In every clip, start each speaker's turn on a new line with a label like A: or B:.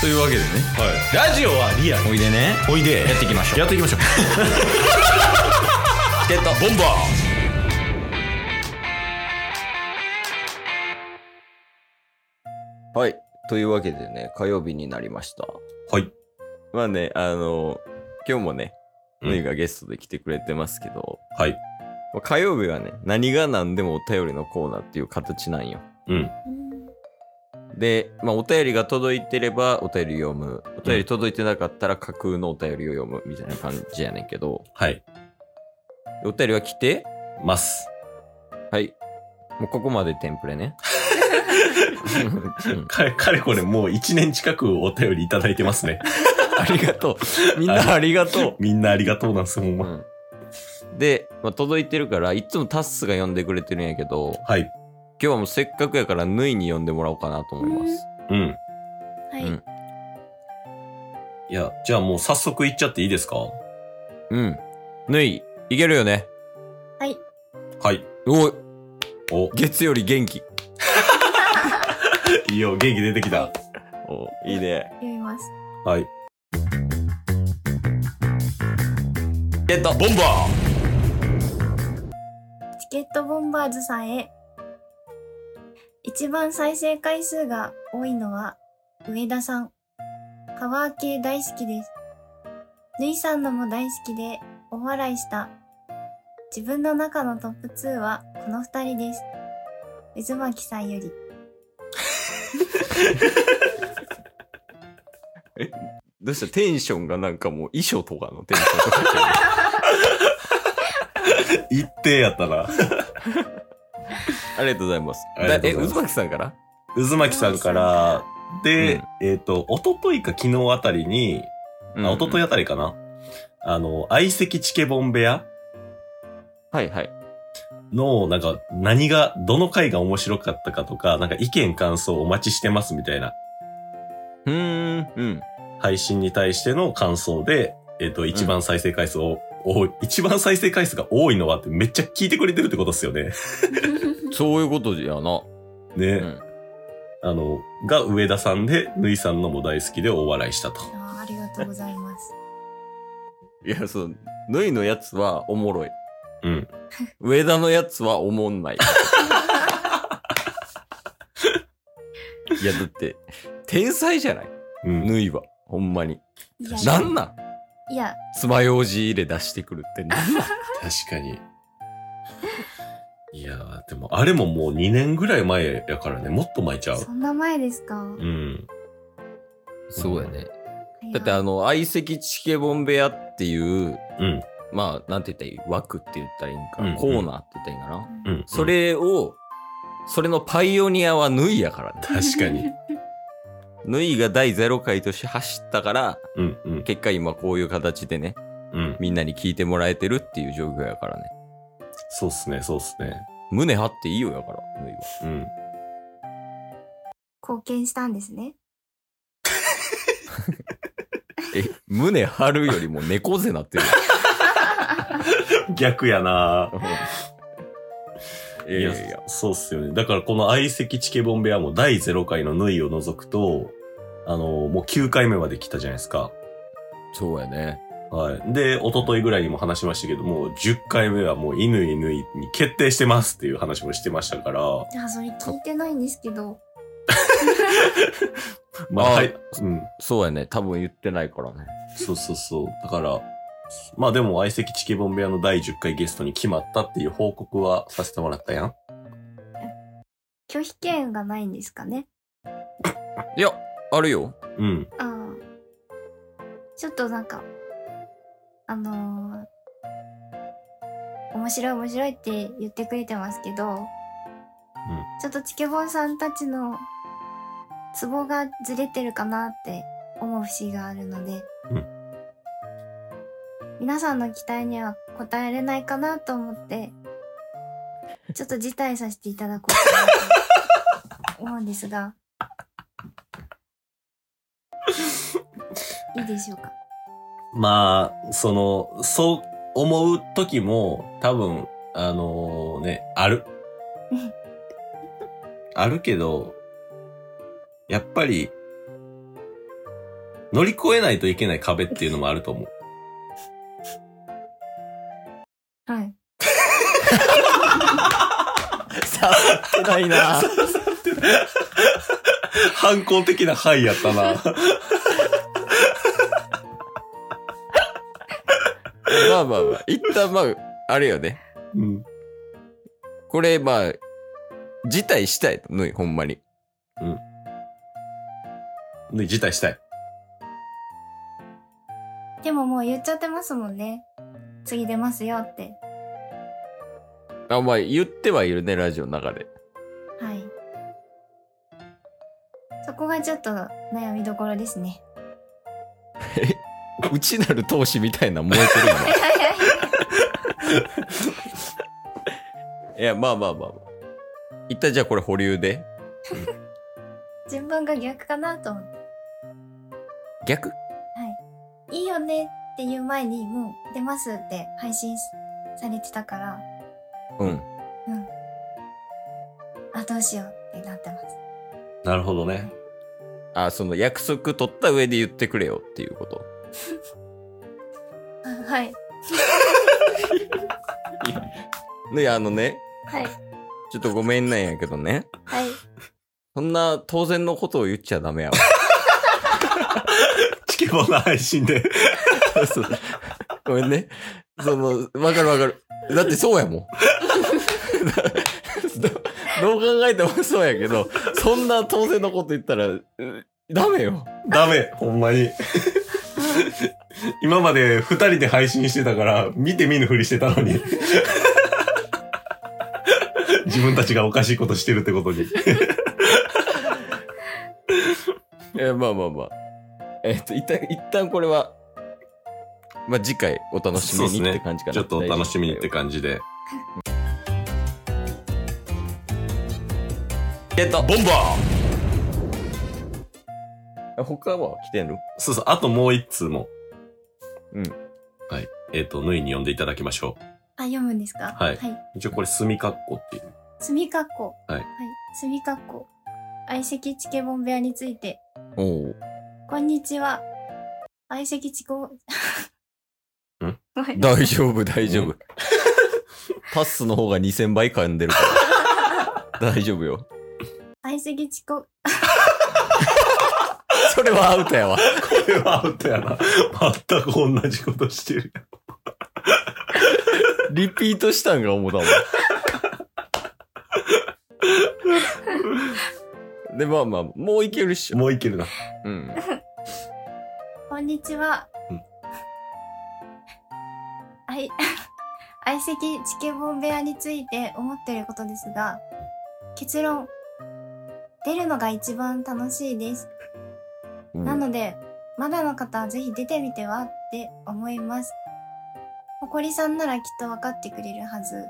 A: というわけでね
B: ラジオはリアル
A: おいでね
B: おいで
A: やっていきましょう
B: やっていきましょう
A: チケットボンバーはいというわけでね火曜日になりました
B: はい
A: まあねあの今日もね
B: うん
A: ぬいがゲストで来てくれてますけど、
B: はい
A: まあ火曜日はね何が何でもお便りのコーナーっていう形なんよ
B: うん
A: で、まあ、お便りが届いてればお便り読むお便り届いてなかったら架空のお便りを読むみたいな感じやねんけど
B: はい
A: お便りは来て
B: ます
A: はいもうここまでテンプレ ねうん
B: かかれこれもう1年近くお便りいただいてますね
A: ありがとうみんなありがと
B: みんなありがとうなんですほん
A: う、う
B: ま、
A: ん、で、まあ、届いてるからいつもタッスが読んでくれてるんやけど
B: はい
A: 今日はもうせっかくやからぬいに読んでもらおうかなと思います
B: うん
C: はい、
A: うん
B: いやじゃあもう早速いっちゃっていいですかは
A: うんぬいいけるよね
C: はい。
B: い
A: おい
B: お
A: 月より元気
B: いいよ元気出てきた
A: おいいね
C: 読みます。
B: はい
A: ゲットボンバー
C: チケットボンバーズさんへ。一番再生回数が多いのは、上田さん。パワー系大好きです。ぬいさんのも大好きで、お笑いした。自分の中のトップ2は、この二人です。渦巻さん より。
A: どうしたテンションがなんかもう衣装とかのテンションとかってる
B: 一定やったな
A: ありがとうございます。
B: ありがと
A: え、
B: うございま
A: 渦巻
B: す
A: さんから
B: 渦巻さんからで、えっ、と一昨日か昨日あたりにあ一昨日
A: や。
B: あたりかな。あの、相席チケボン部屋
A: はいはい。
B: の、なんか、何が、どの回が面白かったかとか、なんか意見感想お待ちしてますみたいな
A: うーん、うん。
B: 配信に対しての感想で、えっ、と、一番再生回数を、多い一番再生回数が多いのはってめっちゃ聞いてくれてるってことですよね。
A: そういうことやな。
B: ね、
A: うん
B: あの、が上田さんで、ぬいさんのも大好きでお笑いしたと。
C: あーありがとうございます。
A: いや、そう、ぬいのやつはおもろい。
B: うん。
A: 上田のやつはおもんない。いや、だって、天才じゃない
B: うん。
A: ぬいは。ほんまに。
C: いや
A: なんなん
C: いや、
A: 爪楊枝入れ出してくるってなんなん
B: 確かに。いやー、でも、あれももう2年ぐらい前やからね、もっと前ちゃう。
C: そんな前ですか
B: うん。
A: そうやね。だってあの相席チケボン部屋っていう、
B: うん
A: まあなんて言ったらいい枠って言ったらいいんか、
B: うんうん
A: コーナーって言ったらいいんかな、
B: うんうん。
A: それをそれのパイオニアはヌイやからね
B: 確かに。
A: ヌイが第0回として走ったから
B: うんうん
A: 結果今こういう形でね
B: うん。
A: みんなに聞いてもらえてるっていう状況やからね
B: そうっすね、そうっすね。
A: 胸張っていいよやからヌイは
B: うん。
C: 貢献したんですね。
A: え胸張るよりも猫背なってる
B: 逆やな
A: うんいやいやいや、
B: そうっすよね。だからこの相席チケボンベアも第0回の縫いを除くと、あの、もう9回目まで来たじゃないですか。
A: そうやね
B: はい。で、一昨日ぐらいにも話しましたけども、10回目はもう犬犬に決定してますっていう話もしてましたから、
C: いや、それ聞いてないんですけど。
B: ま
A: あ
B: あ、はい。うん。
A: そうやね多分言ってないからね
B: そうそうそう。だから、まあでも相席チケボン部屋の第10回ゲストに決まったっていう報告はさせてもらったやん。
C: 拒否権がないんですかね
A: いやあるよ
B: うん。
C: ああちょっとなんかあのー、面白い面白いって言ってくれてますけど、ちょっとチケボンさんたちのツボがずれてるかなって思う節があるので、
B: うん
C: 皆さんの期待には応えれないかなと思 ってちょっと辞退させていただこうかなと思うんですが。いいでしょうか。
B: まあ、その、そう思う時も、多分、あのね、あ る
C: うん。
B: あるけど、やっぱり、乗り越えないといけない壁っていうのもあると思う。
C: はい。
A: 触ってないな。
B: 反抗的な範囲やったな。
A: まあまあまあ、一旦まあ、あれよね。
B: うん。
A: これまあ、辞退したいのよ、ほんまに。
B: で、辞退したい。
C: でももう言っちゃってますもんね。次出ますよって。
A: あ、まあ言ってはいるね、ラジオの中で。
C: はい。そこがちょっと悩みどころです ね。
A: 内なる闘志みたいな燃えてるよね。 いや、まあまあまあまあ。一旦じゃあこれ保留で。
C: 順番が逆かなと思って。
A: 逆
C: いいよねっていう前にもう出ますって配信されてたから、
A: うん。
C: あ、どうしようってなってます。
B: なるほどね。
A: あ、その約束取った上で言ってくれよっていうこと。
C: あ はい。
A: で、あのね、
C: はい。
A: ちょっとごめんなんやけどね。
C: はい。
A: そんな当然のことを言っちゃダメやわ。
B: チケボの配信で。
A: そうそうごめんね。その、わかるわかる。だってそうやもん。 どどう考えてもそうやけど、そんな当然のこと言ったら、うダメよ。
B: ダメ、ほんまに。今まで二人で配信してたから、見て見ぬふりしてたのに。自分たちがおかしいことしてるってことに。
A: えまあまあまあ。えっと、一旦、一旦これは、まあ次回お楽しみ
B: そうっす
A: に
B: ね
A: って感じかな。
B: ちょっとお楽しみにって感じで。
A: じ。えっと、
B: ボンバー
A: 他は来てんの
B: そうそう、あともう一通も。
A: うん。
B: はい。えっ、と、ぬいに読んでいただきましょう。
C: あ、読むんですか
B: はい
C: はい。
B: 一応これ、すみかっこっていう。
C: すみかっこ。
B: はい
C: すみかっこ。相席チケボンベアについて。
A: おう
C: こんにちは。相席チコ、
B: ん
C: ごめん
A: 大丈夫、大丈
B: う
A: 夫。パッスの方が2000倍噛んでる から。大丈夫よ。
C: 相席チコ、
A: それはアウトやわ。
B: これはアウトやな。全く同じことしてる。
A: リピートしたんが思ったもん。で、まあまあ、もういけるっしょ。
B: もういけるな。
A: うん。
C: こんにちは
B: うん。
C: はい。 相席チケボンベアについて思ってることですが、結論。出るのが一番楽しいです。なので、まだの方はぜひ出てみてはって思います。ほこりさんならきっと分かってくれるはず。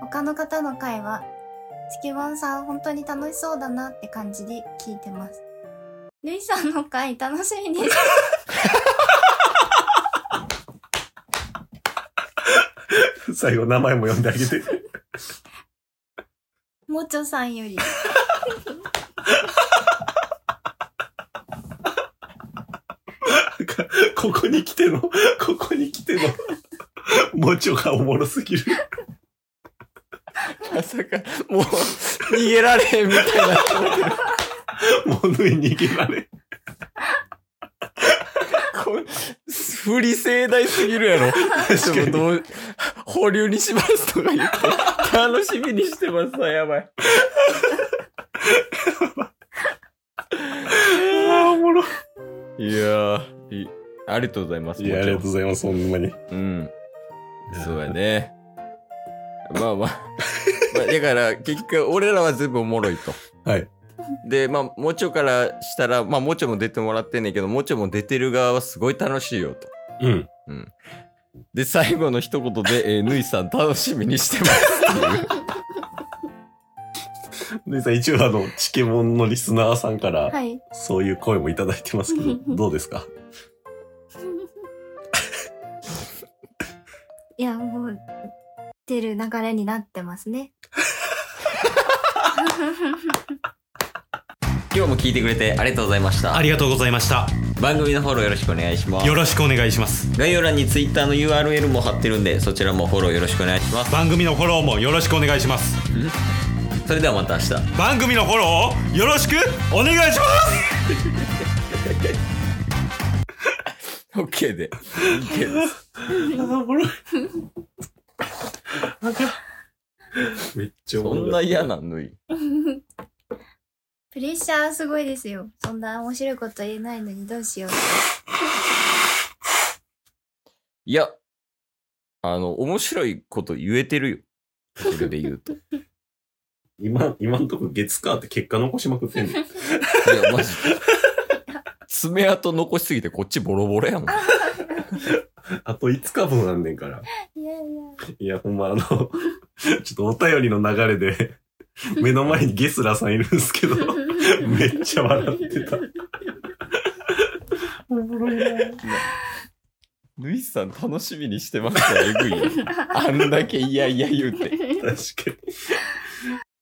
C: 他の方の回は、チケボンさん本当に楽しそうだなって感じで聞いてます。ルイさんの回楽しみ です。
B: 最後、名前も読んであげて。
C: もちょさんより。
B: ここに来ての、こ こに来ての、もちょがおもろすぎる。
A: まさか、もう、逃げられへんみたいな。
B: もう、ぬい逃げられん。
A: これ振り盛大すぎるやろ。
B: 確か
A: でも
B: に。
A: どう、保留にしますとか言って、楽しみにしてますわ、やばい。
B: ああ、おもろ。
A: いやー、いありがとうございます。
B: いや、ありがとうございます、ほんまに。
A: うん。そうやね。まあま あ。まあ、だから、結局、俺らは全部おもろいと。
B: はい。
A: で、まあ、もちょからしたら、まあ、もちょも出てもらってんねんけど、もちょも出てる側はすごい楽しいよと。
B: うん。
A: うん。で、最後の一言で、えー、ぬいさん楽しみにしてますっていう。
B: ぬいさん、一応あの、チケモンのリスナーさんから、
C: はい。
B: そういう声もいただいてますけ ど、どうですか
C: いや、もう、出る流れになってますね。
A: 今日も聞いてくれてありがとうございました。
D: ありがとうございました
A: 番組のフォローよろしくお願いします
D: よろしくお願いします
A: 概要欄に Twitter の URL も貼ってるんでそちらもフォローよろしくお願いします
D: 番組のフォローもよろしくお願いします
A: それではまた明日
D: 番組のフォローをよろしくお願いします
A: OK で OK です
B: おもろい。めっちゃおも
A: そ
B: ろい。
A: んな嫌なのに
C: プレッシャーすごいですよ。そんな面白いこと言えないのにどうしよう。
A: いやあの面白いこと言えてるよそれで言う とい
B: 今、今んとこ月火って結果残しまくってんの。
A: やマジで爪痕残しすぎてこっちボロボロやもん
B: あと5日分あんねんから。
C: いやいや。
B: いや、ほんまあの、 ちょっとお便りの流れで、目の前にゲスラさんいるんですけど、めっちゃ笑ってた。おもろいな。
A: ぬいさん 楽しみにしてますからえぐいよあんだけいやいや言うて
B: 確か